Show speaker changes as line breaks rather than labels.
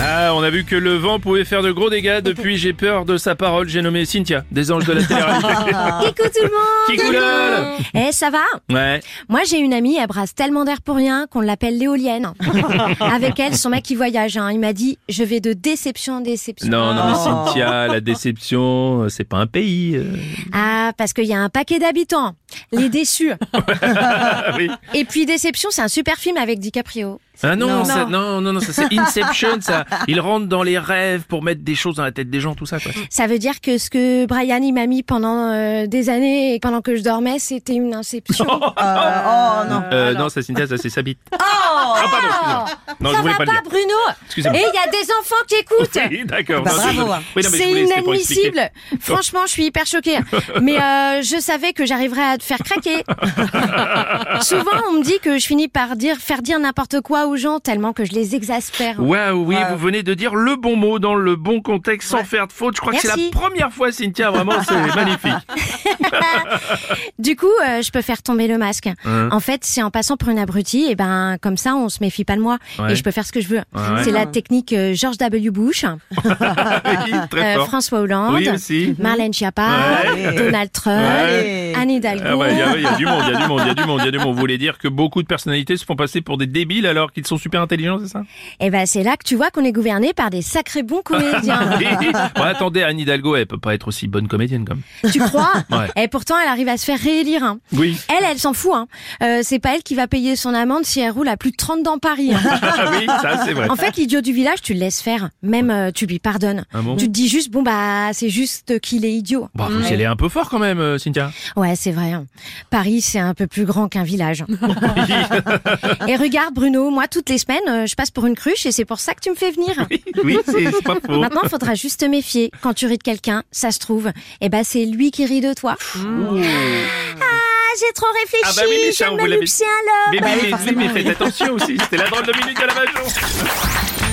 Ah, on a vu que le vent pouvait faire de gros dégâts. Depuis, j'ai peur de sa parole. J'ai nommé Cynthia, des anges de la terre.
Coucou tout le monde
Qui coulole
Eh, ça va
Ouais.
Moi, j'ai une amie, elle brasse tellement d'air pour rien qu'on l'appelle l'éolienne. Avec elle, son mec, il voyage. hein. Il m'a dit, je vais de déception en déception.
Non, non, mais Cynthia, la déception, euh, c'est pas un pays. euh.
Ah, parce qu'il y a un paquet d'habitants. Les déçus.
Ah oui.
Et puis, Déception, c'est un super film avec DiCaprio.
Ah non, non, ça, non, non, non, ça c'est Inception, ça. Il rentre dans les rêves pour mettre des choses dans la tête des gens, tout ça, quoi.
Ça veut dire que ce que Brian, il m'a mis pendant euh, des années et pendant que je dormais, c'était une inception.
Euh, non, ça, Cynthia, ça c'est sa bite. ah, pardon, excusez-moi. Non, je
ça
voulais
va
pas
pas,
le dire.
Bruno
Excusez-moi.
Et il y a des enfants qui écoutent
Oui, d'accord.
Bah,
Non,
bravo,
désolé. Oui,
hein.
non, mais je
C'est
voulais- c'était pour expliquer.
inadmissible. Franchement, je suis hyper choquée. Mais euh, je savais que j'arriverais à te faire craquer. Souvent, on me dit que je finis par dire, faire dire n'importe quoi aux gens tellement que je les exaspère.
Waouh, oui, vous venez de dire le bon mot dans le bon contexte sans faire de faute. Je crois que c'est la
Merci.
première fois, Cynthia, vraiment, c'est magnifique.
Du coup, euh, je peux faire tomber le masque.
Hein.
En fait, c'est en passant pour une abrutie, et ben comme ça, on se méfie pas de moi
Ouais.
et je peux faire ce que je veux.
ouais.
C'est la technique euh, George W. Bush,
Oui, très
euh,
fort.
François Hollande,
Oui, aussi.
Marlène Schiappa,
Ouais.
Donald Trump,
Ouais.
Anne Hidalgo.
Ah ouais, il y, a- il y a du monde, il y a du monde, il y a du monde, il y a du monde. Vous voulez dire que beaucoup de personnalités se font passer pour des débiles alors qu'ils sont super intelligents, c'est ça
Et ben c'est là que tu vois qu'on est gouverné par des sacrés bons comédiens.
Oui. Bon, Attendez, Anne Hidalgo, elle peut pas être aussi bonne comédienne comme.
tu crois
Ouais.
Et pourtant, elle arrive à se faire réélire. hein.
Oui.
Elle, elle s'en fout. Hein. Euh, c'est pas elle qui va payer son amende si elle roule à plus de 30 dans Paris. hein.
Ah oui, ça c'est vrai.
en fait, l'idiot du village, tu le laisses faire. Même euh, tu lui pardonnes.
Ah bon
Tu te dis juste, bon bah, c'est juste qu'il est idiot.
Bah, vous y allez un peu fort quand même, euh, Cynthia.
Ouais, c'est vrai. hein. Paris, c'est un peu plus grand qu'un village. et regarde, Bruno, moi, toutes les semaines, euh, je passe pour une cruche et c'est pour ça que tu me fais venir.
Oui, c'est c'est pas faux.
Maintenant, il faudra juste te méfier. Quand tu ris de quelqu'un, ça se trouve, eh ben, c'est lui qui rit de toi. Ah, j'ai trop réfléchi.
Ah bah oui, mais ça,
je
on
me
vous l'avez-
loupsie alors. Bah
Mais, oui, mais, oui, mais faites attention aussi, c'était la drôle de minute de la Bajon.